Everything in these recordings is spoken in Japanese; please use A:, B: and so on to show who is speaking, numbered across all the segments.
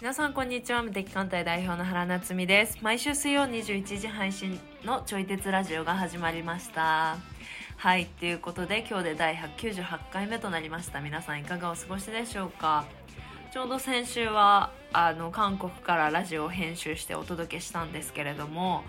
A: 皆さんこんにちは無敵艦隊代表の原夏実です毎週水曜21時配信のちょい鉄ラジオが始まりましたはいということで今日で第198回目となりました皆さんいかがお過ごしでしょうかちょうど先週はあの韓国からラジオを編集してお届けしたんですけれども、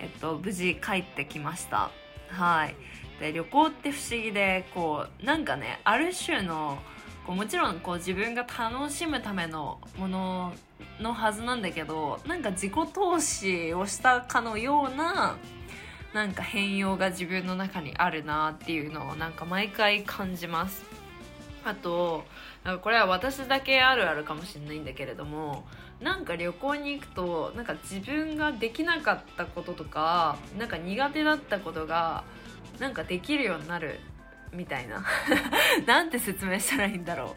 A: えっと、無事帰ってきましたはいで旅行って不思議でこうなんかねある種のこうもちろんこう自分が楽しむためのもののはずなんだけどなんか自己投資をしたかのようななんか変容が自分の中にあるなっていうのをなんか毎回感じますあとなんかこれは私だけあるあるかもしれないんだけれどもなんか旅行に行くとなんか自分ができなかったこととかなんか苦手だったことがなんかできるようになるみたいな なんて説明したらいいんだろ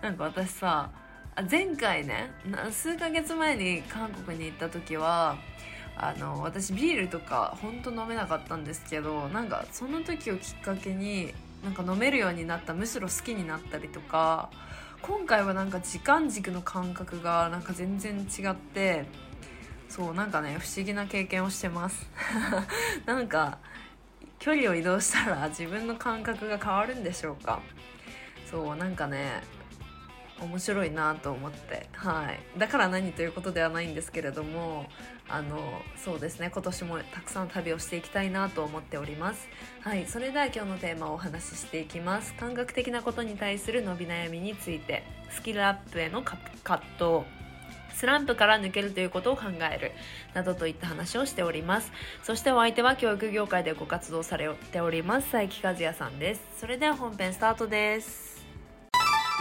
A: うなんか私さあ前回ねな数ヶ月前に韓国に行った時はあの私ビールとかほんと飲めなかったんですけどなんかその時をきっかけになんか飲めるようになったむしろ好きになったりとか今回はなんか時間軸の感覚がなんか全然違ってそうなんかね不思議な経験をしてます なんか距離を移動したら自分の感覚が変わるんでしょうかそうなんかね面白いなと思ってはいだから何ということではないんですけれどもあのそうですね今年もたくさん旅をしていきたいなと思っておりますはいそれでは今日のテーマをお話ししていきます感覚的なことに対する伸び悩みについてスキルアップへの葛藤スランプから抜けるということを考えるなどといった話をしておりますそしてお相手は教育業界でご活動されております佐伯和也さんですそれでは本編スタートです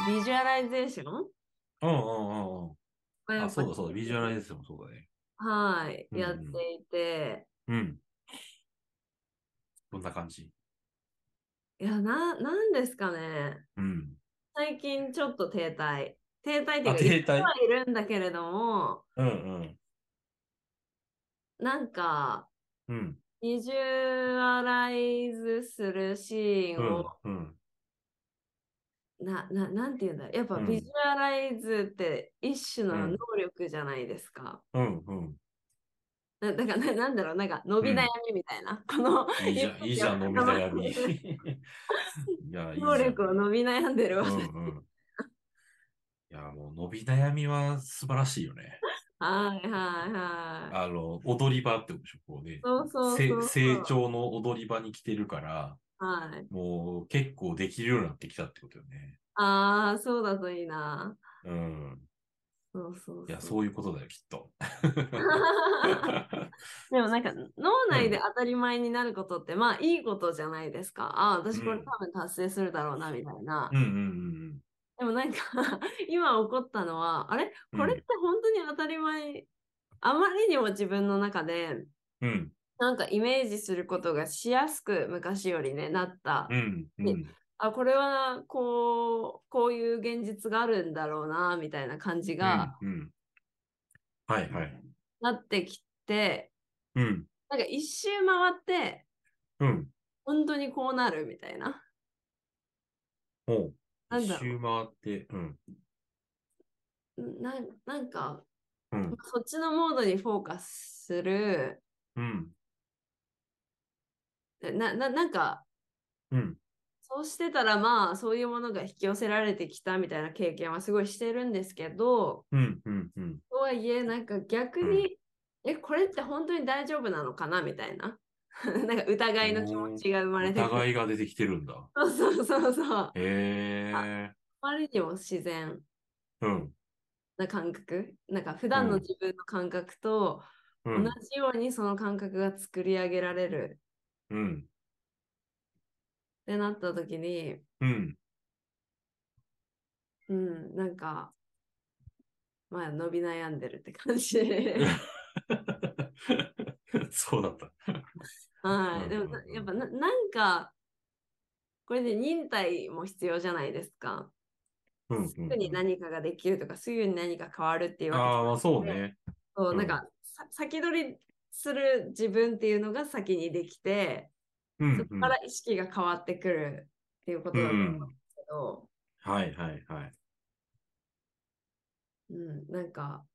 A: ビジュアライゼーション
B: うんうんうんうん。
A: これ
B: あ、そうだそうだ、ビジュアライズもそうだね。
A: はい、
B: うん
A: やっていて
B: うん。こんな感じ。
A: いやななんですかね
B: うん。
A: 最近ちょっと停滞停滞って
B: あ、
A: いう
B: 停滞
A: かはいるんだけれども
B: うんうん。
A: なんか
B: うん。
A: ビジュアライズするシー
B: う
A: ンを、
B: ん。うん。
A: な、な、なんて言うんだろう。やっぱ
B: うん
A: ビジュアライズって一種の
B: うん
A: 能力じゃないですか。
B: うん。うん。
A: な だからな、なんだろう、なんか伸び悩みみたいな。 この
B: いいじゃん、いいじゃん、飲み悩 み。いや、いいじゃん。
A: 能力を伸び悩んでる
B: う
A: わ。
B: んうん。いや、もう伸び悩みは素晴らしいよね。
A: はいはいはい。
B: あの、踊り場ってことでしょ、こうね。
A: そうそう
B: せ
A: そう。
B: 成。長の踊り場に来てるから、
A: はい。
B: もう結構できるようになってきたってことよね。
A: ああ、そうだといいな。
B: うん。
A: そうそう
B: いや、
A: う。
B: そういうことだよ、きっと。
A: でもなんか脳内で当たり前になることって、まあいいことじゃないですか。ああ、私これ
B: うん
A: 多分達成するだろうな、みたいな。
B: うんうんうん
A: でもなんか 今起こったのはあれ
B: うん
A: これって本当に当たり前、あまりにも自分の中で
B: うん。うん
A: なんかイメージすることがしやすく昔よりねなった、
B: うんうん。
A: あこれはこうこういう現実があるんだろうなみたいな感じが
B: うんうん。はいはい。
A: なってきて、
B: うん
A: なんか一周回って
B: うん。
A: 本当にこうなるみたいな
B: おう。
A: なんだ
B: 一
A: ろう
B: 周回って、うん。
A: ななんか
B: うん。
A: そっちのモードにフォーカスする
B: うん。
A: なななんか
B: うん。
A: そうしてたらまあそういうものが引き寄せられてきたみたいな経験はすごいしてるんですけど
B: うん。うん。うん。
A: とはいえなんか逆に、えこれって本当に大丈夫なのかなみたいな なんか疑いの気持ちが生まれてくる
B: 疑いが出てきてるんだ。
A: そうそうそうそうあ
B: へえ。
A: まりにも自然
B: うん。
A: な感覚なんか普段の
B: うん
A: 自分の感覚と
B: う
A: 同
B: ん。
A: じようにその感覚が作り上げられる
B: うん。
A: ってなった時に
B: うん。
A: うんなんかまあ伸び悩んでるって感 じ
B: そうだった。
A: は
B: う
A: い、
B: ん
A: でも
B: うん
A: な
B: うん
A: やっぱななんかこれで忍耐も必要じゃないですか。
B: うん。
A: すぐに
B: うん
A: 何かができるとかすぐに何か変わるっていうわけじゃ
B: ああ、まあそうね。
A: そう
B: うん
A: なんかさ先取りする自分っていうのが先にできて、
B: うん
A: そこから意識が変わってくるっていうことだと思うんですけど、
B: うんはいはいはい。
A: うん、なんか、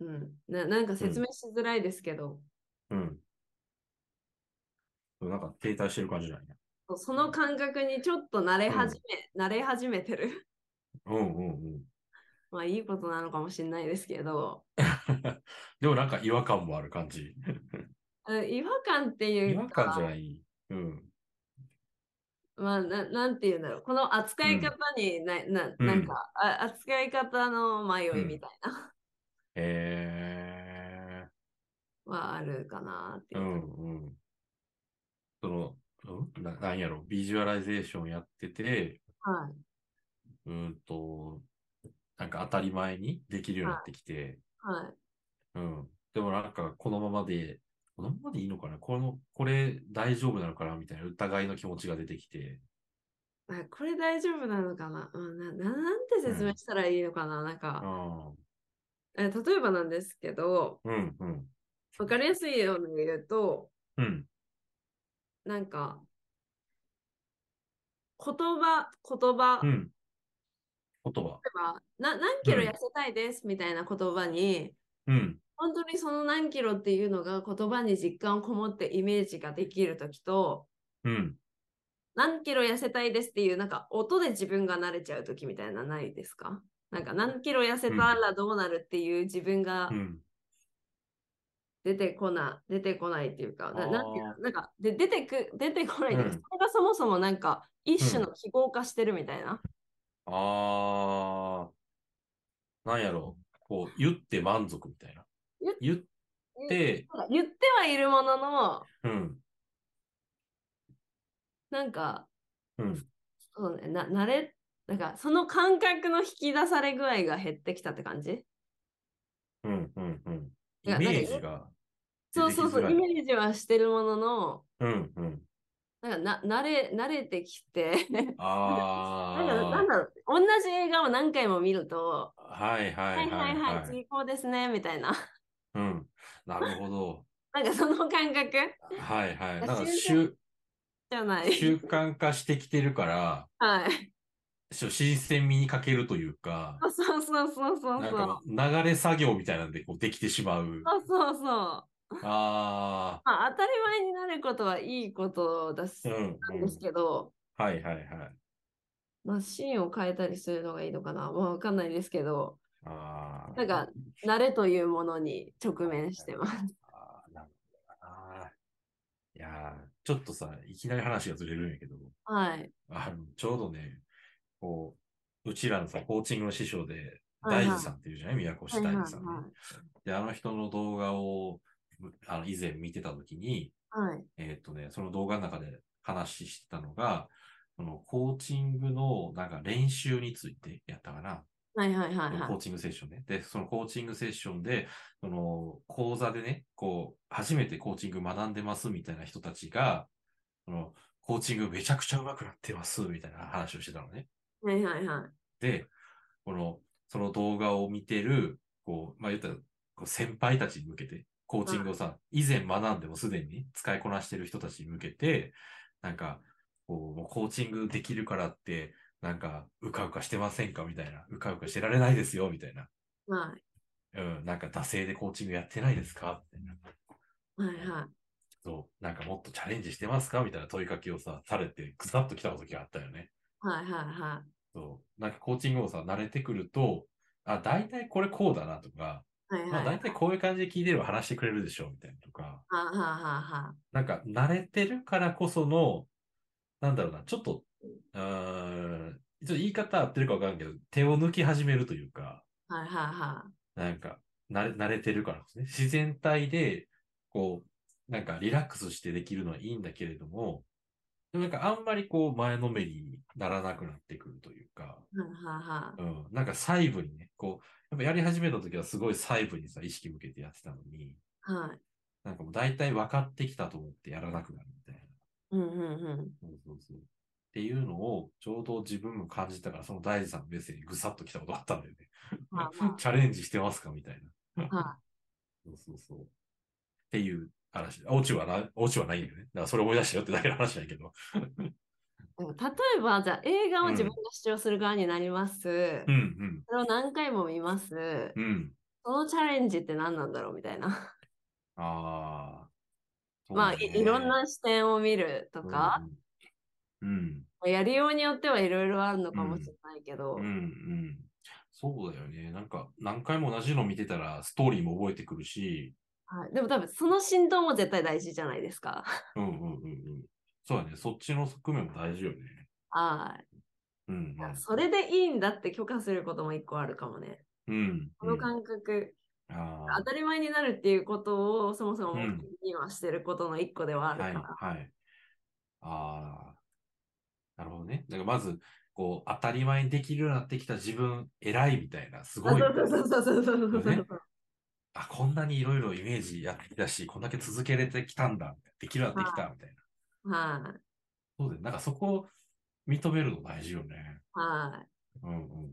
A: うんな、なんか説明しづらいですけど、
B: うん。でもなんか停滞してる感じなんや。
A: そうその感覚にちょっと慣れ始め、慣れ始めてる。
B: うんうんうん。
A: まあいいことなのかもしれないですけど、
B: でもなんか違和感もある感じ。
A: うん違和感ってい
B: 違
A: う
B: 和感じ
A: か、
B: ゃない。うん。
A: まあな、なんていうんだろう、この扱い方にな、ななんか、あ扱い方の迷いみたいな、
B: え
A: はあるかなって
B: ー。
A: いうう。
B: んうん。その、うんななんやろ、ビジュアライゼーションやってて、
A: はいう
B: ーんと、なんか当たり前にできるようになってきて、
A: はい。
B: うん。でもなんか、このままで、このままでいいのかなこの、これ大丈夫なのかなみたいな疑いの気持ちが出てきて。
A: あこれ大丈夫なのかな、うん、なななんて説明したらいいのかな、なん
B: う
A: か、
B: ん。
A: え例えばなんですけど、
B: うん、うん。
A: わかりやすいように言うと、
B: うん。
A: なんか、言葉、言葉、
B: う
A: 例え
B: ん。言葉。
A: ばな何キロ
B: うん
A: 痩せたいですみたいな言葉に、
B: うん。
A: 本当にその何キロっていうのが言葉に実感をこもってイメージができるときと、
B: うん。
A: 何キロ痩せたいですっていう、なんか音で自分が慣れちゃうときみたいなのないですかなんか何キロ痩せたらどうなるっていう自分が
B: うん。
A: 出てこない、出てこないっていうか、ななんていう
B: あ
A: のなんかで出てく、出てこないというか、
B: う
A: そ
B: ん
A: れがそもそもなんか一種の記号化してるみたいな。
B: あー。なんやろう。こう、言って満足みたいな。言って、
A: なんか言ってはいるものの、
B: うん。
A: なんか、
B: うん。
A: そうね、な慣れ、なんかその感覚の引き出され具合が減ってきたって感じ
B: うん。うん。うん。
A: いや
B: イメージが。
A: そうそうそ
B: 出
A: う、イ
B: てきづらい
A: メージはしてるものの、
B: うん。うん。
A: なんかな慣れ慣れてきてなんか
B: あ
A: なんだろう同じ映画を何回も見ると
B: ー。はい
A: 「
B: は
A: はいい
B: は
A: はいいはい
B: はい。
A: 次こうですね」みたいな
B: うん。なるほど。
A: なんかその感覚
B: はいはい。なんか、
A: 習慣
B: しゅ、
A: じゃない
B: 習慣化してきてるから、
A: はい
B: ちょ新鮮味に欠けるというか、
A: そうそうそうそうそう
B: なん
A: そ
B: か
A: う
B: もう流れ作業みたいなんでこうできてしまう。
A: そうそうそう
B: あ
A: まあ当たり前になることはいいことだし、
B: あ、うん、うん。
A: なんですけど、
B: はいはいはい。
A: まあ、シーンを変えたりするのがいいのかな、まあ、わかんないですけど
B: ああ。
A: なんか慣れというものに直面してます
B: あーなるほどな。いやーちょっとさ、いきなり話がずれるんやけど、
A: はい
B: あの、ちょうどね、こう、うちらのさ、コーチングの師匠で、
A: はいはい
B: 大樹さんっていうじゃない宮越
A: はいは
B: 大
A: い
B: 樹さんね、で、あの人の動画を、あの、以前見てたときに、
A: はいはい
B: えーっとね、その動画の中で話してたのが、そのコーチングのなんか練習についてやったかな。
A: はいはいはい
B: コ
A: は
B: ーチングセッションね。で、そのコーチングセッションで、その講座でね、こう、初めてコーチング学んでますみたいな人たちが、そのコーチングめちゃくちゃ上手くなってますみたいな話をしてたのね。
A: いはいはいはい
B: で、この、その動画を見てる、こう、まあ、言ったら、こう先輩たちに向けて、コーチングをさ、以前学んでもすでに使いこなしてる人たちに向けて、なんか、こう、もうコーチングできるからって、なんか、うかうかしてませんかみたいな。うかうかしてられないですよ、みたいな。
A: はい
B: うん、なんか、惰性でコーチングやってないですかみたいな。
A: はいはい。
B: そう、なんかもっとチャレンジしてますかみたいな問いかけをさ、されて、ぐさっと来た時があったよね。
A: はいはいは
B: そう。なんかコーチングをさ、慣れてくると、あ、大体これこうだなとか、
A: い。はい
B: ま
A: は
B: あ
A: い。はい
B: 大体こういう感じで聞いてれば話してくれるでしょう、みたいなとか、
A: はいは
B: なんか慣れてるからこその、なんだろうな、ちょっと、うーん、ちょっと言い方合ってるかわからんけど、手を抜き始めるというか、
A: いはいはいは
B: なんか、慣れ慣れてるからこそね、自然体で、こう、なんかリラックスしてできるのはいいんだけれども、でもなんかあんまりこう前のめりにならなくなってくるというか、
A: いは
B: うん、なんか細部にね、こう、やっぱやり始めた時はすごい細部にさ、意識向けてやってたのに、
A: いはい。
B: なんかもう大体分かってきたと思ってやらなくなるみたいな。
A: うんうん
B: そうそうそう。っていうのを、ちょうど自分も感じたから、その大事さんの目線にぐさっときたことがあったんだよね。
A: うん。まあま
B: チャレンジしてますかみたいな。
A: あ、は
B: そうそうそう。っていう話。あオチはな、オチはないんだよね。だからそれ思い出してよってだけの話だけど。
A: うん例えば、じゃあ映画を自分が視聴する側になります。
B: うん
A: それを何回も見ます。
B: うん。うん。
A: そのチャレンジって何なんだろうみたいな。
B: ああ。そう
A: まあ
B: だね
A: い、いろんな視点を見るとか、
B: うんうん。
A: やりようによってはいろいろあるのかもしれないけど、
B: うん。うんうん。そうだよね。なんか、何回も同じの見てたら、ストーリーも覚えてくるし、
A: はい、でも多分その振動も絶対大事じゃないですか。
B: うんうんうんうん。そうだね。そっちの側面も大事よね。
A: はい
B: うん、うん。
A: それでいいんだって許可することも一個あるかもね。
B: うん。
A: この
B: うん
A: 感覚、
B: あー
A: 当たり前になるっていうことをそもそも目
B: うん
A: 的にはしてることの一個ではある
B: はい、
A: から。
B: はい。ああ、なるほどね。だからまず、こう、当たり前にできるようになってきた自分、偉いみたいな、すごい。
A: あそうそうそうそうそうそうそう
B: ねあ、こんなにいろいろイメージやってきたし、こんだけ続けれてきたんだ、できるようになってきた、みたいな。
A: はい、
B: そうだよ。なんかそこを認めるの大事よね。
A: はい、
B: うんうん。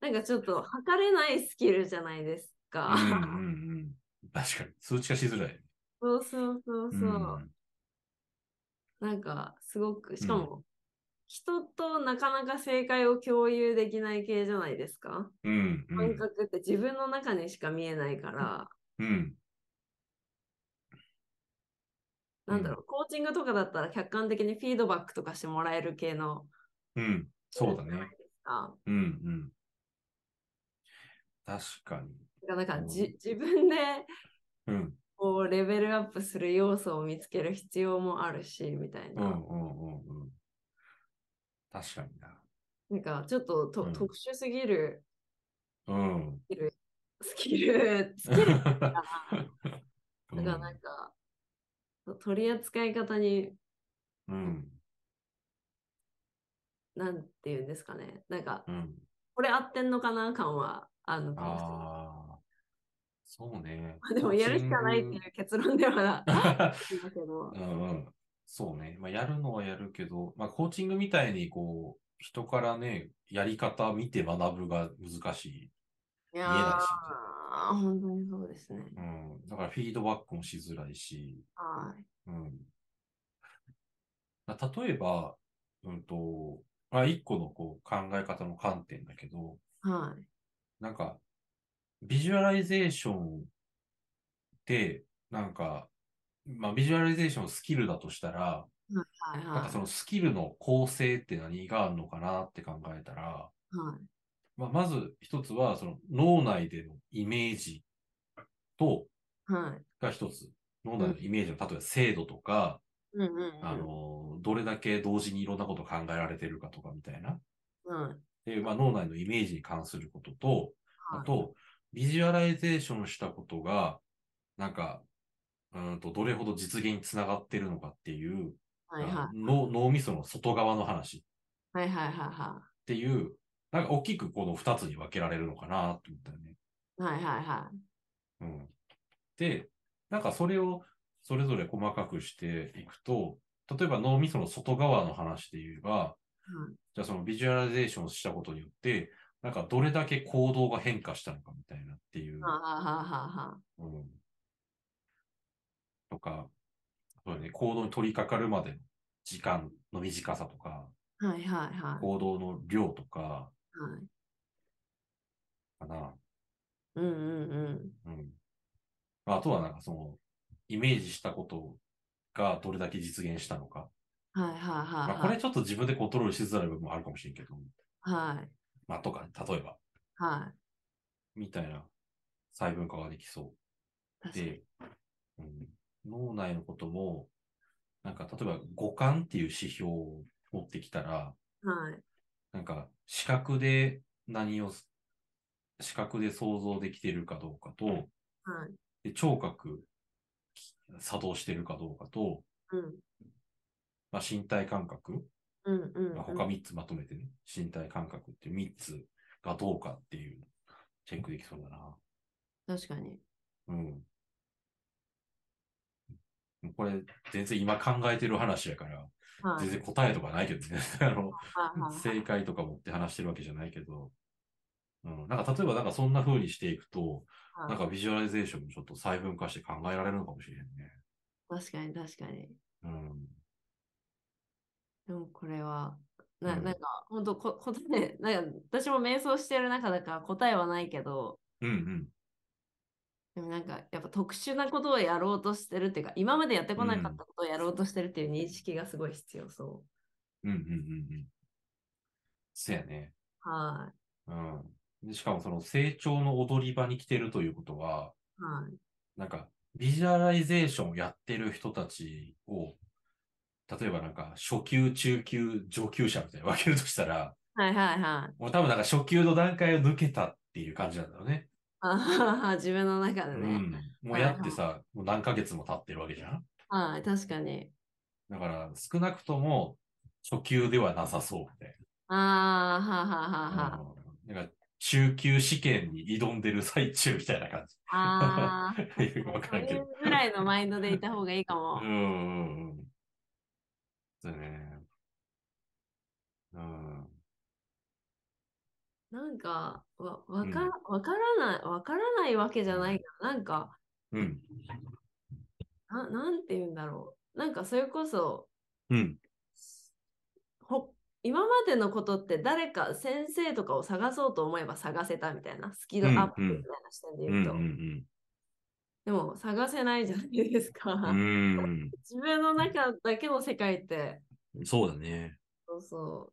A: なんかちょっと測れないスキルじゃないです
B: うん
A: か。
B: うんうん。確かに、数値化しづらい。
A: そうそうそうそう。
B: うん
A: なんかすごく、しかも、人となかなか正解を共有できない系じゃないですか。
B: うんう
A: 感
B: ん。
A: 覚って自分の中にしか見えないから、
B: うん。うん
A: なんだろう、コーチングとかだったら客観的にフィードバックとかしてもらえる系の。
B: うん。そうだ
A: じゃな
B: ね
A: い。ですか。
B: うんうん。確かに。
A: だからなんか
B: う
A: じ自分で
B: うん。
A: こうレベルアップする要素を見つける必要もあるし、みたい
B: うんう
A: な。
B: んうんうん。確かにな。
A: なんかちょっとと、
B: うん
A: 特殊すぎる
B: うん。
A: スキル、スキルだか
B: う
A: らなんか、取り扱い方に
B: ん。
A: なんていうんですかね。なんか、
B: うん。
A: これ合ってんのかな感はあるのかもしれない
B: ああ。そうね。
A: まあ。でも、やるしかないっていう結論では
B: コ
A: あ
B: ーチ
A: るんだけど
B: ング。 うんうん。そうね。まあ、やるのはやるけど、まあ、コーチングみたいに、こう、人からね、やり方見て学ぶが難しい。
A: い
B: 見え
A: や
B: ないし
A: ー、本当にそうですね。
B: うん。だから、フィードバックもしづらいし。
A: はい。
B: うん。まあ例えば、うんと、まあ、一個のこう考え方の観点だけど、
A: はい。
B: なんか、ビジュアライゼーションって、なんか、まあ、ビジュアライゼーションスキルだとしたら、
A: はい
B: なん
A: は
B: かそのスキルの構成って何があるのかなって考えたら、
A: い。はい。
B: まあ、まず一つは、その脳内でのイメージと、
A: はい。
B: が一つ。脳内のイメージの、例えば精度とか、
A: うんうんうん。
B: あの、どれだけ同時にいろんなことを考えられてるかとかみたいな。
A: はい。
B: で、まあ、脳内のイメージに関することと、
A: はい
B: あと、ビジュアライゼーションしたことが、なんか、うーんと、どれほど実現につながってるのかっていう、
A: はい
B: あ
A: は
B: の脳脳みその外側の話っ
A: い。はいはいは
B: ていう、なんか大きくこの二つに分けられるのかなと思ったよね。
A: いはい。はいはいはい。
B: うん。で、なんかそれをそれぞれ細かくしていくと、例えば脳みその外側の話で言えば、
A: うん
B: じゃあそのビジュアライゼーションしたことによって、なんかどれだけ行動が変化したのかみたいなっていう、
A: はいはいはいは
B: うん、とか、そうだね、行動に取り掛かるまでの時間の短さとか、
A: い。はいはいはい。
B: 行動の量とか、
A: はい。
B: かな。
A: うんうんうん。
B: うん。まああとはなんかその、イメージしたことがどれだけ実現したのか。
A: はいはいはい
B: まあ、
A: はい。
B: これちょっと自分でコントロールしづらい部分もあるかもしれんけど、
A: はい。
B: まあ、とか、例えば、
A: は
B: みたいな細分化ができそ
A: い。
B: う
A: 確か
B: で、うん、脳内のことも、なんか、例えば五感っていう指標を持ってきたら、
A: に。はい。
B: なんか、視覚で何を、視覚で想像できてるかどうかと、
A: はい。
B: で聴覚、き作動してるかどうかと、
A: うん。
B: まあ、身体感覚、
A: うんうんうん。
B: まあ他3つまとめてね、身体感覚っていう3つがどうかっていう、チェックできそうだな。
A: 確かに。
B: うん。もうこれ、全然今考えてる話やから、
A: はい
B: 全。然答えとかないけどね。あの、
A: はいはいはい
B: 正解とか持って話してるわけじゃないけど、うん、なんか例えばなんかそんな風にしていくと、
A: はい
B: なんかビジュアライゼーションもちょっと細分化して考えられるのかもしれんね。
A: 確かに確かに。
B: うん。
A: でもこれは、な
B: うん
A: なんか本当こ答え、なんか私も瞑想してる中だから答えはないけど、
B: うんうん。
A: でもなんかやっぱ特殊なことをやろうとしてるっていうか、今までやってこなかったことをやろうとしてるっていう認識がすごい必要そ
B: うんうんうんうん。そうやね。
A: う。は
B: うん。でしかもその成長の踊り場に来てるということは、
A: い。はい。
B: なんかビジュアライゼーションをやってる人たちを、例えばなんか初級、中級、上級者みたいに分けるとしたら、
A: はいはいはい。
B: もう多分なんか初級の段階を抜けたっていう感じなんだよね。
A: あはは自分の中で
B: う
A: ね。
B: ん。もうやってさ、もう何ヶ月も経ってるわけじゃん。
A: はい、確かに。
B: だから少なくとも初級ではなさそうみたい
A: ああ、はあはあはあは
B: な。うんなんか中級試験に挑んでる最中みたいな感じ。
A: あ。ああ
B: よくわからん けど
A: そういうぐらいのマインドでいた方がいいかも
B: う。んうんうん。そうね。うん。
A: なんか、わ、わか、わからない、わからないわけじゃないけど、なんか、
B: うん。
A: な、なんて言うんだろう。なんか、それこそ、
B: うん。
A: ほ、今までのことって誰か先生とかを探そうと思えば探せたみたいな、スキルアップみたいな視点で
B: う
A: 言うと。
B: ん
A: でも、探せないじゃないですか。
B: うんうん。
A: 自分の中だけの世界って、
B: うん。そうだね。
A: そうそう。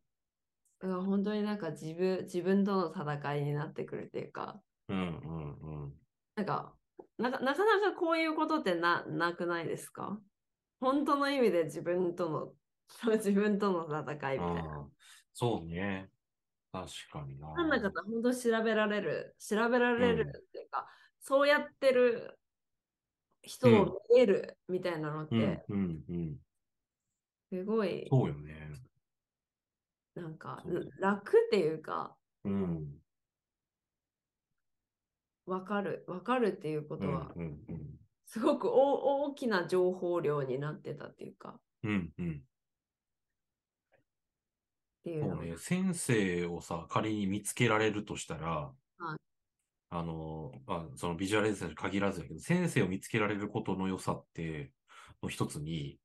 A: だから本当になんか自分、自分との戦いになってくるっていうか、
B: うんうんうん。
A: なんか、なかなかなかこういうことってななくないですか本当の意味で自分との、 自分との戦いみたいな。
B: ああそうね。確かにな。
A: 分かんなかったら本当調べられる、調べられるっていうか、そうやってる人を見えるみたいなのっ
B: うん
A: て、
B: うんうん。
A: すごい
B: そうよね。
A: なんか
B: そう
A: 楽っていうか、
B: うん。
A: わかる、わかるっていうこ
B: う
A: と
B: ん
A: は、
B: うんうん。
A: すごく大大きな情報量になってたっていうか、っ
B: うんうん。
A: ていう
B: そ
A: の
B: う
A: が
B: ね。先生をさ、仮に見つけられるとしたら、
A: はい
B: あの、まあ、そのビジュアルエッセンに限らずだけど、先生を見つけられることの良さって、の一つに、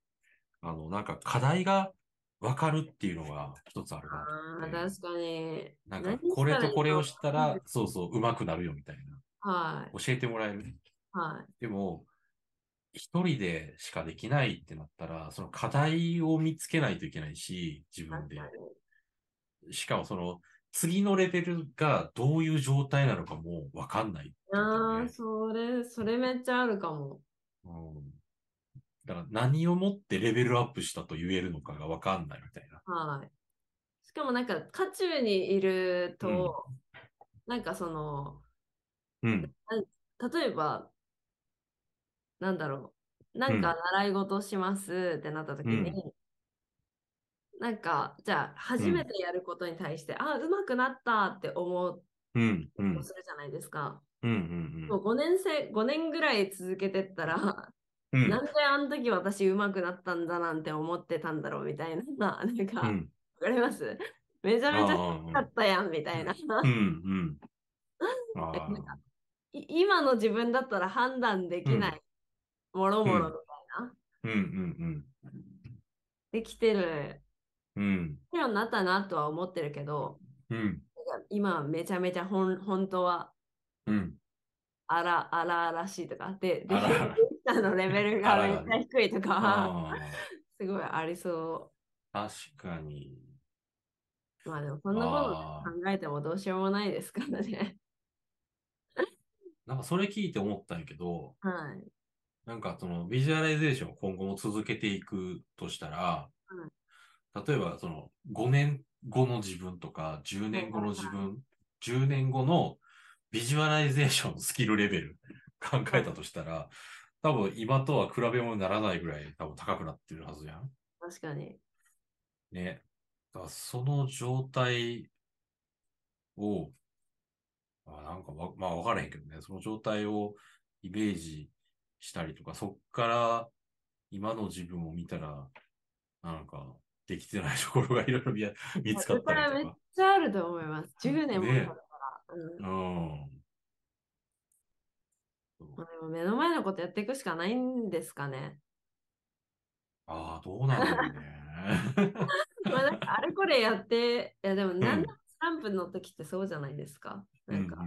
B: あの、なんか課題が分かるっていうのが一つあるな。
A: あー確かに。
B: なん
A: 何し
B: か
A: た、ら
B: これとこれをした
A: い
B: ら
A: い、
B: そうそう、上手くなるよみたいな。
A: のはい。
B: 教えてもらえる。
A: は
B: でも、一人でしかできないってなったら、その課題を見つけないといけないし、自
A: い。
B: 分で
A: 確。かに
B: しかもその、次のレベルがどういう状態なのかもわかんないってこと
A: あ
B: だ
A: あ、
B: ね
A: それ、それめっちゃあるかも。
B: うん。だから何をもってレベルアップしたと言えるのかがわかんないみたいな。
A: はい。しかもなんか、渦中にいる
B: うん
A: と、なんかその、
B: うん。
A: 例えば、なんだろう、なんか
B: う
A: 習い事しますってなった時に、なんか、じゃあ、初めてやることに対して、ああ、うまくなったって思う
B: うん。うん。うん
A: とするじゃないですか。
B: うん。
A: もう5年生、5年ぐらい続けてったら、
B: うん。うん
A: なんであの時私上手くなったんだなんて思ってたんだろうみたいな、なんか、
B: う
A: わ
B: ん。
A: かりますめちゃめちゃ
B: あ
A: か
B: あ
A: ったやんみたいな。
B: うん。うん。ああ
A: い今の自分だったら判断できない、もろもろ
B: うん。うん。
A: できてる
B: うん。うん。
A: ようになったなとは思ってるけど、
B: うん。
A: なんか今はめちゃめちゃ本本当は
B: うん。
A: あらあらあらしいとかで、でき
B: あらあら
A: たのレベルがめっちゃ低いとかは
B: あ
A: すごいありそ
B: あ。確かに。
A: う。まあでもそんなこと
B: ああ。
A: 考えてもどうしようもないですからね。
B: なんかそれ聞いて思ったんやけど、
A: はい。
B: なんかそのビジュアライゼーションを今後も続けていくとしたら、例えばその5年後の自分とか10年後の自分、10年後のビジュアライゼーションスキルレベル考えたとしたら、多分今とは比べ物にならないぐらい多分高くなってるはずやん。
A: 確かに。
B: ね。だからその状態を、あなんかわ、まあわからへんけどね、その状態をイメージしたりとか、そっから今の自分を見たら、なんか、 できてないところがいろいろ見や見つかったり
A: めっ
B: とか。
A: ちゃあると思います。10年も
B: ね
A: 経ったらうん
B: うん。
A: まあでも目の前のことやっていくしかないんですかね。
B: ああ、どうなんだろうね。
A: まあ、なんかあれこれやって、いやでもなん
B: うん
A: だかスランプの時ってそうじゃないですか。
B: う
A: なん
B: ん
A: か、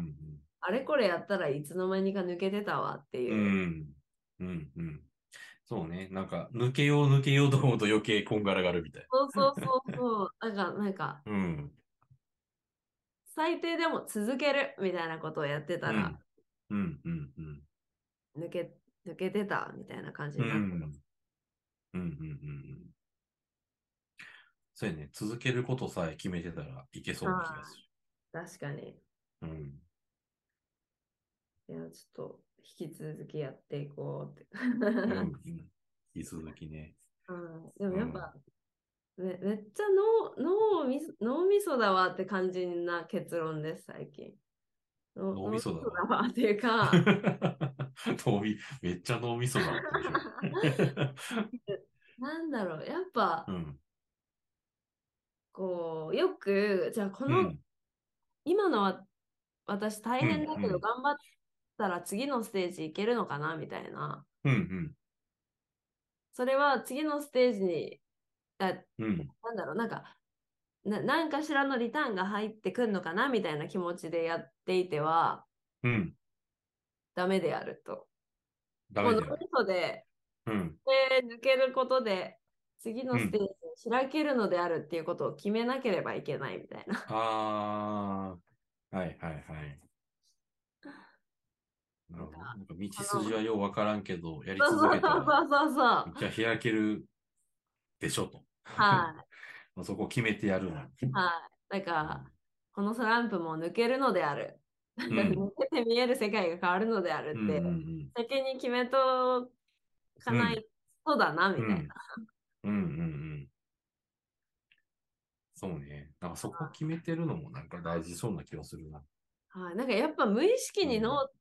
A: あれこれやったらいつの間にか抜けてたわって
B: う
A: いう。
B: ん。うん。うん。そうね。なんか、抜けよう抜けようと思うと余計こんがらがるみたい。
A: そうそうそうそう。 なんか、なんか、
B: うん。
A: 最低でも続けるみたいなことをやってたら、
B: うん。うん。うん。
A: 抜け、抜けてたみたいな感じ
B: う
A: に
B: ん。
A: な
B: う
A: って
B: ん。
A: ます。
B: うん。うん。そうやね。続けることさえ決めてたらいけそうな気がす
A: 確かに。
B: る。うん。
A: いや、ちょっと、引き続きやっていこうって。
B: うん。うん引き続きね。
A: うん、でもやっぱ、めめっちゃ脳脳みそ脳みそだわって感じな結論です、最近。脳
B: 脳みそだわ
A: 脳みわっていう か、
B: 脳み、めっちゃ脳みそだわってでしょ。
A: なんだろう、やっぱ
B: う、ん。
A: こう、よく、じゃあこ
B: う
A: の、
B: ん。
A: 今のは私大変だけ
B: うんう
A: ど
B: ん
A: 頑張ったら次のステージ行けるのかなみたいな。
B: うん。
A: それは次のステージに、あ
B: うん。
A: なんだろう、なんか、な何かしらのリターンが入ってくるのかなみたいな気持ちでやっていては、
B: うん。
A: ダメであると。
B: ダ
A: もう脳
B: メだよ。
A: みそで、
B: うん。
A: で抜けることで、次のステージに開けるのであるっていうことを決めなければいけないみたいな。
B: ああ、はいはいはい。なるほど。なんか道筋はようわからんけど、やり
A: そう
B: 続
A: そう
B: け たら、
A: そうそうそう。
B: じゃ開けるでしょと。
A: は
B: まあそこを決めてやるな。
A: い。はい。なんか、このスランプも抜けるのである。
B: うん
A: 抜けて見える世界が変わるのである
B: うん
A: っ
B: う
A: て、
B: ん
A: 先に決めとかないとだな、みた
B: う
A: い
B: ん。
A: な。
B: うんうんうんうん。そうね。なんかそこを決めてるのもなんか大事そうな気がするな。
A: はい、なんかやっぱ無意識に脳っ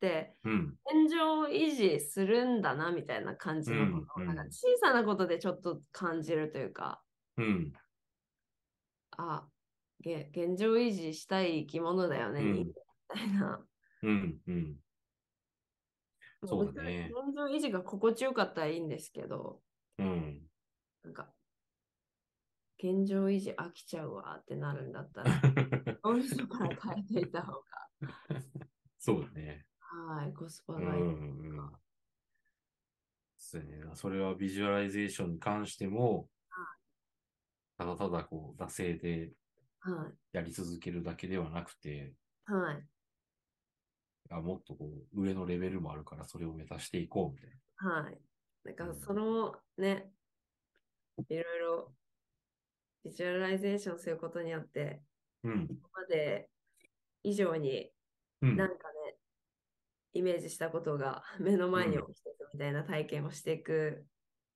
A: て
B: うん。
A: 現状を維持するんだな、みたいな感じのこと
B: う
A: を、
B: ん
A: なんか
B: うん
A: 小さなことでちょっと感じるというか、
B: うん。
A: あ、げ現状維持したい生き物だよね、
B: うん
A: みたいな。
B: うん。うん。そうだね
A: もう別に現状維持が心地よかったらいいんですけど、
B: うん。
A: なんか、現状維持飽きちゃうわってなるんだった ら、脳みそから変えていた方が、
B: そうだね。
A: はい、コスパ
B: うん
A: がいい。
B: うんうんそうやねそれはビジュアライゼーションに関しても、ただただこう、惰性で
A: は
B: やり続けるだけではなくて、
A: い、はい、
B: あもっとこう、上のレベルもあるから、それを目指していこうみたい
A: はい。なんか、そのね、いろいろ、ビジュアライゼーションすることによって、
B: な。うん。
A: 今まで以上に
B: うん。
A: なんかね、イメージしたことが 目の前に起きてくみたいな体験をしていく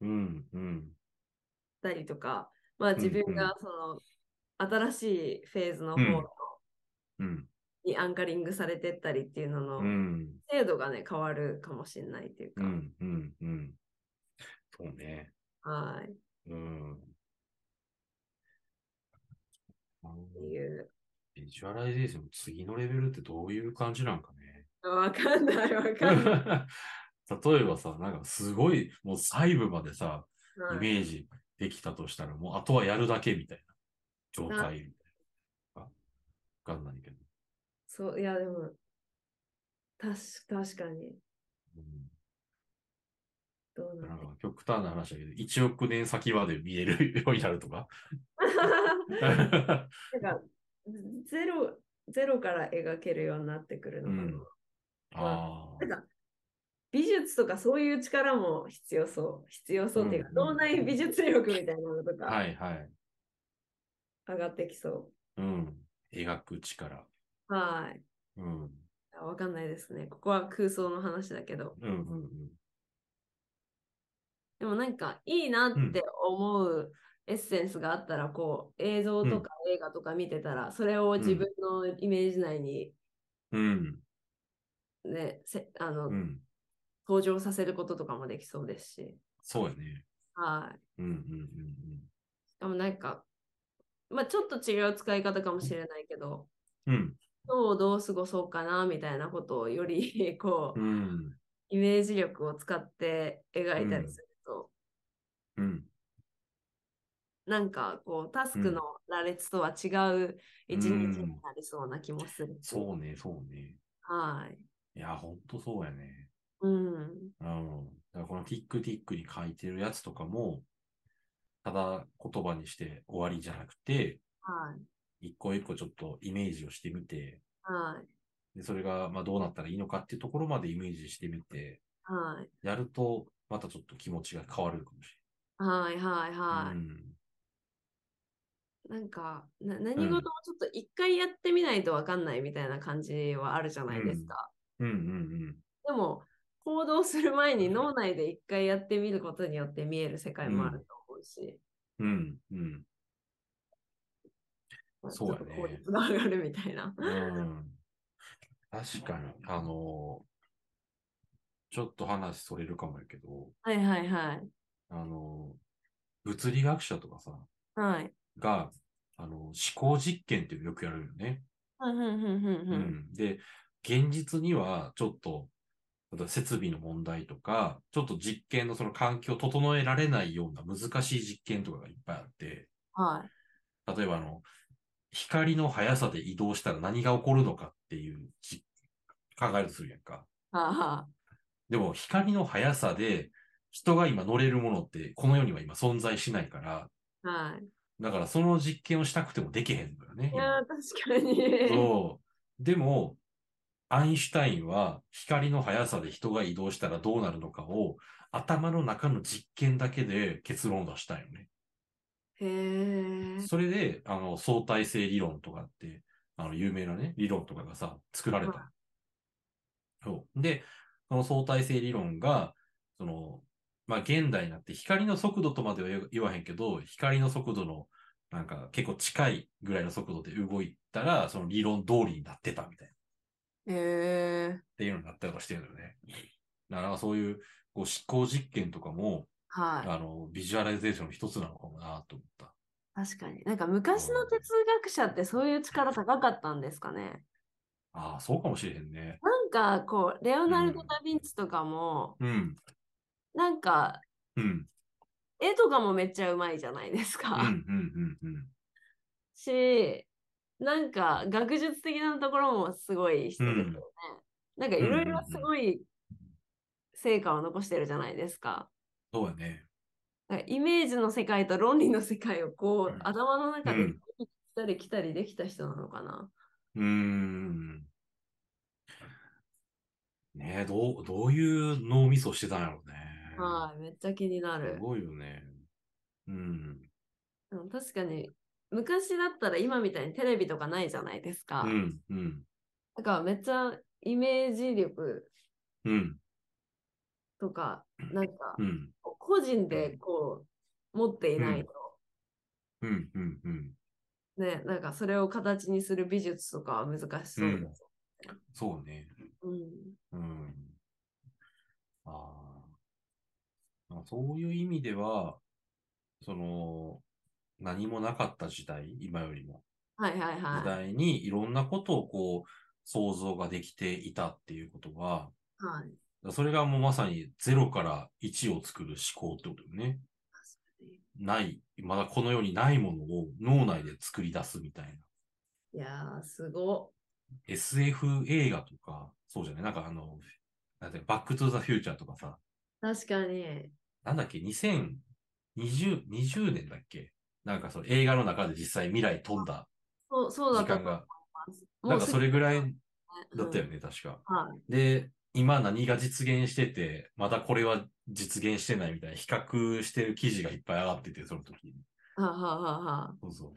B: うん。うん。
A: たりとか、まあ
B: ん
A: 自分
B: うん
A: がその、新しいフェーズの
B: うん
A: 方
B: うん。
A: にアンカリングされてったりっていうのの、
B: うん。
A: 精度がね、変わるかもしれないっていう
B: う
A: か、
B: ん。うん。うん。そうね。
A: はい、っ
B: うん。
A: ていう。
B: ビジュアライゼーションの次のレベルってどういう感じなんかね。
A: わかんない、わかんない。
B: 例えばさ、なんかすごい、もう細部までさ、イ
A: はい
B: メージできたとしたら、もうあとはやるだけみたいな状態みたいな。わかんないけど。
A: そう、いや、でも、確確かに、
B: うん
A: どうな
B: なん
A: んだ
B: か極端な話だけど、1億年先まで見えるようになるとか。
A: なんか、ゼロ、ゼロから描けるようになってくるの
B: う
A: かな。
B: ん、あ
A: な
B: あ。
A: んか美術とかそういう力も必要そう。必要そうっていうか、
B: うんう
A: 脳
B: ん
A: 内美術力みたいなのとか
B: はいはい。
A: 上がってきそ
B: うん。描く力。
A: う。はい。
B: うん。
A: あわかんないですね。ここは空想の話だけど。
B: うんうんうん。
A: でもなんか、いいなって思うエッセンスがあったら、こう、映像とか映画とか見てたら、それを自分のイメージ内に
B: うん。
A: ね、せあの、
B: うん。
A: 登場させることとかもできそうですし、
B: そうやね。
A: はい。
B: うんうん
A: でもなんか、まあちょっと違う使い方かもしれないけど、
B: うんうん。うん。
A: 今日をどう過ごそうかなみたいなことをより こう、
B: うん。
A: イメージ力を使って描いたりすると、
B: うん。
A: なんかこうタスクの羅列とは違う一日になりそうな気もする。
B: そうね、そうね。
A: はい。
B: いや、ほんとそうやね。
A: うん。
B: うん。だからこのティックティックに書いてるやつとかも、ただ言葉にして終わりじゃなくて、
A: はい。
B: 一個一個ちょっとイメージをしてみて、
A: はい。
B: でそれがまあどうなったらいいのかっていうところまでイメージしてみて、
A: はい。
B: やると、またちょっと気持ちが変わるかもし
A: はい。はい。
B: れ
A: は
B: ない。
A: い。
B: うん。
A: なんかな、何事もちょっと一回やってみないとわかんないみたいな感じはあるじゃないですか。
B: うんうん
A: でも、行動する前に脳内で一回やってみることによって見える世界もあると思うし、
B: うん。うんうん。
A: まあ
B: そうだね
A: ちょっと効率が上がるみたいな。
B: うん。確かに、あのーちょっと話それるかもやけど、
A: はいはいはい。
B: あのー物理学者とかさ、
A: はい。
B: が、あの、思考実験っていうのよくやるよね。
A: うんうんうんうん
B: う
A: うん。
B: んで、現実にはちょっと、例えば設備の問題とか、ちょっと実験のその環境を整えられないような難しい実験とかがいっぱいあって、
A: はい。
B: 例えばあの、光の速さで移動したら何が起こるのかっていう実考えるとするやんか。
A: は
B: でも光の速さで人が今乗れるものってこの世には今存在しないから、
A: いはい。はい。
B: だからその実験をしたくてもできへんのよね。
A: い
B: 今
A: やー、確かに。
B: そう。でも、アインシュタインは光の速さで人が移動したらどうなるのかを頭の中の実験だけで結論を出したんよね。
A: へえ。
B: それで、あの、相対性理論とかって、あの、有名なね、理論とかがさ、作られた。そう。で、その相対性理論が、その、まあ、現代になって光の速度とまでは言わ言わへんけど、光の速度の、なんか結構近いぐらいの速度で動いたら、その理論通りになってたみたいな。
A: へえ。
B: っていうのになったりとかしてるんだよね。だからそういうこう思考実験とかも、
A: は
B: あの、ビジュアライゼーションの一つなのかもなと思った。
A: い。確かに。なんか昔の哲学者ってそういう力高かったんですかね。
B: ああ、そうかもしれへんね。
A: なんかこう、レオナルド・
B: うん
A: ダ・ヴィンチとかも、
B: うん、
A: なんか
B: うん、
A: 絵とかもめっちゃうまいじゃないです
B: うん、
A: か。
B: うん、うん、うん。
A: し、なんか学術的なところもすごい人ですよね。なんかいろいろすごい成果を残してるじゃないですか。
B: そうやね。
A: なんかイメージの世界と論理の世界をこう、
B: うん
A: 頭の中で
B: う
A: 行
B: ん
A: ったり来たりできた人なのかな。
B: うーん。ねえ、どう、どういう脳みそしてたんやろうね。
A: はい、めっちゃ気にな
B: す
A: る。
B: ごいよね。うん。
A: うん確かに昔だったら今みたいにテレビとかないじゃないですか。
B: うん、うん、
A: だからめっちゃイメージ力
B: うん、
A: とか、なんか
B: うん、
A: 個人でこう持っていないと、
B: うん、うん、うん。
A: ね、なんかそれを形にする美術とかは難しそうです。
B: そうね。
A: うん。
B: うん。ああ。まあそういう意味では、その、何もなかった時代、今よりも、
A: はいはい
B: 時
A: は
B: 代にいろんなことをこう、想像ができていたっていうことは、
A: い。はい。
B: それがもうまさに0から1を作る思考ってことよね。ない、まだこの世にないものを脳内で作り出すみたいな。
A: いやー、すご
B: SF 映画とか、そうじゃないなんかあの、なんていうのバックトゥザフューチャーとかさ、
A: っ。確かに。
B: なんだっけ、2020 20年だっけなんかその映画の中で実際未来飛んだ
A: そうそうだ
B: 時
A: った
B: 間
A: と思い
B: が、
A: ます。
B: なんかそれぐらい
A: もう
B: だったよ
A: ね。
B: ね、確か。
A: うんはい。
B: で、今何が実現してて、まだこれは実現してないみたいな比較してる記事がいっぱい上がってて、その時に。
A: はあ、はあは
B: そうそ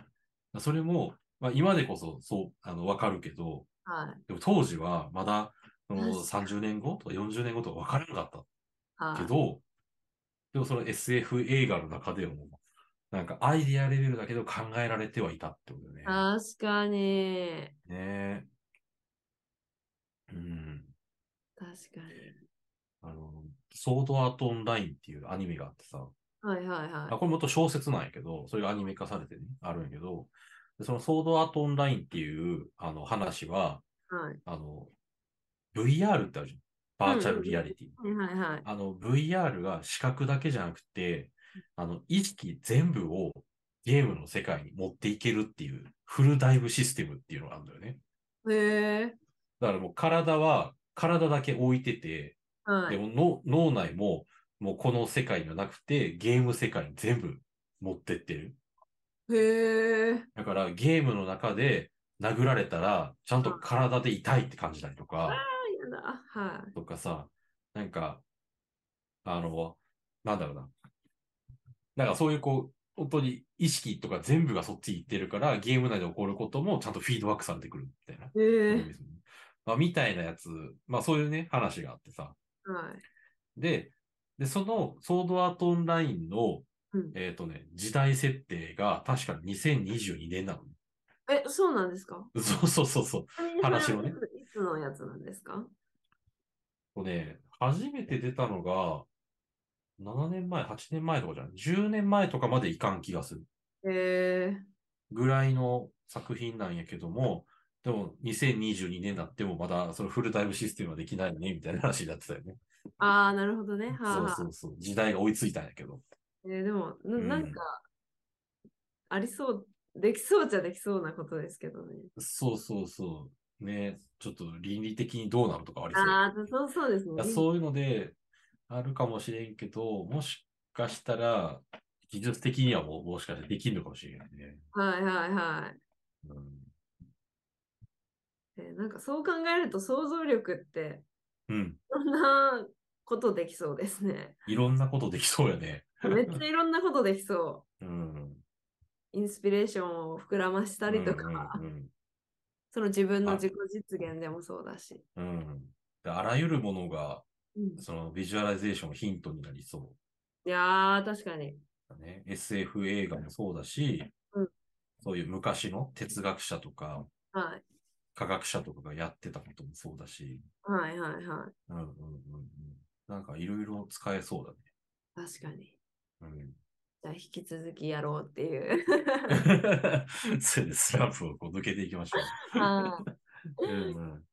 B: う。それも、まあ今でこそそう、あの、わかるけど、
A: あはあ、はい。
B: でも当時はまだ、その
A: 確
B: 30年後とか40年後とかわからなかった
A: はい
B: けど、でもその SF 映画の中でも、なんかアイディアレベルだけど考えられてはいたってことだよ
A: 確かに。
B: ね。ねえうん。
A: 確か
B: あの、ソードアートオンラインっていうアニメがあってさ、
A: に。はいはいは
B: あこれもっと小説なんやけど、それがアニメ化されてね、あるんやけど、そのソードアートオンラインっていうあの話は、
A: はい。
B: あの、VR ってあるじゃん。バーチャルリアリティ。
A: はいはいはい。
B: あの、VR が視覚だけじゃなくて、あの、意識全部をゲームの世界に持っていけるっていうフルダイブシステムっていうのがあるんだよね。
A: へえ。
B: だからもう体は体だけ置いてて、
A: は
B: で
A: い。
B: もの脳内ももうこの世界にはなくてゲーム世界に全部持ってってる。
A: へえ。
B: だからゲームの中で殴られたらちゃんと体で痛いって感じたりとか。
A: あやだ。はい。
B: とかさ、なんか、あの、なんだろうな。なんかそういうこう、本当に意識とか全部がそっち行ってるから、ゲーム内で起こることもちゃんとフィードバックされてくるみたいな。
A: へえ。
B: まあ、みたいなやつ、まあそういうね、話があってさ。
A: はい。
B: で、で、そのソードアートオンラインの、
A: うん
B: えっ、とね、時代設定が確か2022年なのね。
A: え、そうなんですか
B: そうそうそうそう。話をね。
A: いつのやつなんですか
B: こうね、初めて出たのが、7年前、8年前とかじゃん。10年前とかまでいかん気がする
A: へえ。
B: ぐらいの作品なんやけども、でも2022年になってもまだそのフルタイムシステムはできないね、みたいな話になってたよね。
A: ああ、なるほどね。はい
B: そう
A: はい
B: そうそう。時代が追いついたんやけど。
A: えーでもな、
B: うん
A: なんか、ありそう、できそうじゃできそうなことですけどね。
B: そうそうそう。ね、ちょっと倫理的にどうなるとかありそう。
A: ああ、そうそうです
B: いや
A: ね。
B: そういうので、あるかもしれんけど、もしかしたら、技術的にはもうもしかしたらできるのかもしれないね。
A: はいはいはい。
B: うん
A: えーなんかそう考えると想像力って、
B: うん。
A: いろんなことできそうです ね。
B: いろんなことできそうやね。
A: めっちゃいろんなことできそ
B: うん。
A: う。インスピレーションを膨らましたりとか、
B: うん
A: その自分の自己実現でもそうだし。
B: うんうん、うんで。あらゆるものが、
A: うん
B: そのビジュアライゼーションのヒントになりそ
A: いやー、確かに。
B: うだね。SF 映画もそうだし、
A: うん
B: そういう昔の哲学者とか
A: はい。
B: 科学者とかがやってたこともそうだし、
A: はいはいはい。
B: うんうんうんうん、なんかいろいろ使えそうだね。
A: 確かに。
B: うん、
A: じゃあ引き続きやろうっていう。
B: それでスランプをこう抜けていきましょ
A: はい。
B: う。うんうん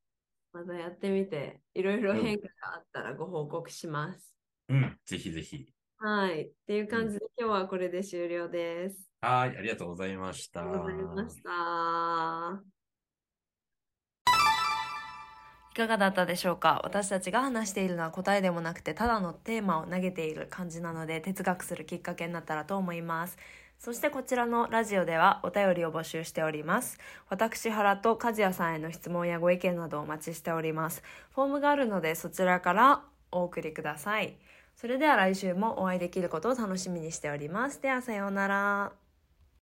A: またやってみて、いろいろ変化があったらご報告します。
B: うん、ぜひぜひ。
A: はい。っていう感じで今日はこれで終了です。
B: はい、ありがとうございました。
A: ありがとうございました。
C: いかがだったでしょうか私たちが話しているのは答えでもなくてただのテーマを投げている感じなので哲学するきっかけになったらと思いますそしてこちらのラジオではお便りを募集しております私原と和也さんへの質問やご意見などお待ちしておりますフォームがあるのでそちらからお送りくださいそれでは来週もお会いできることを楽しみにしておりますではさようなら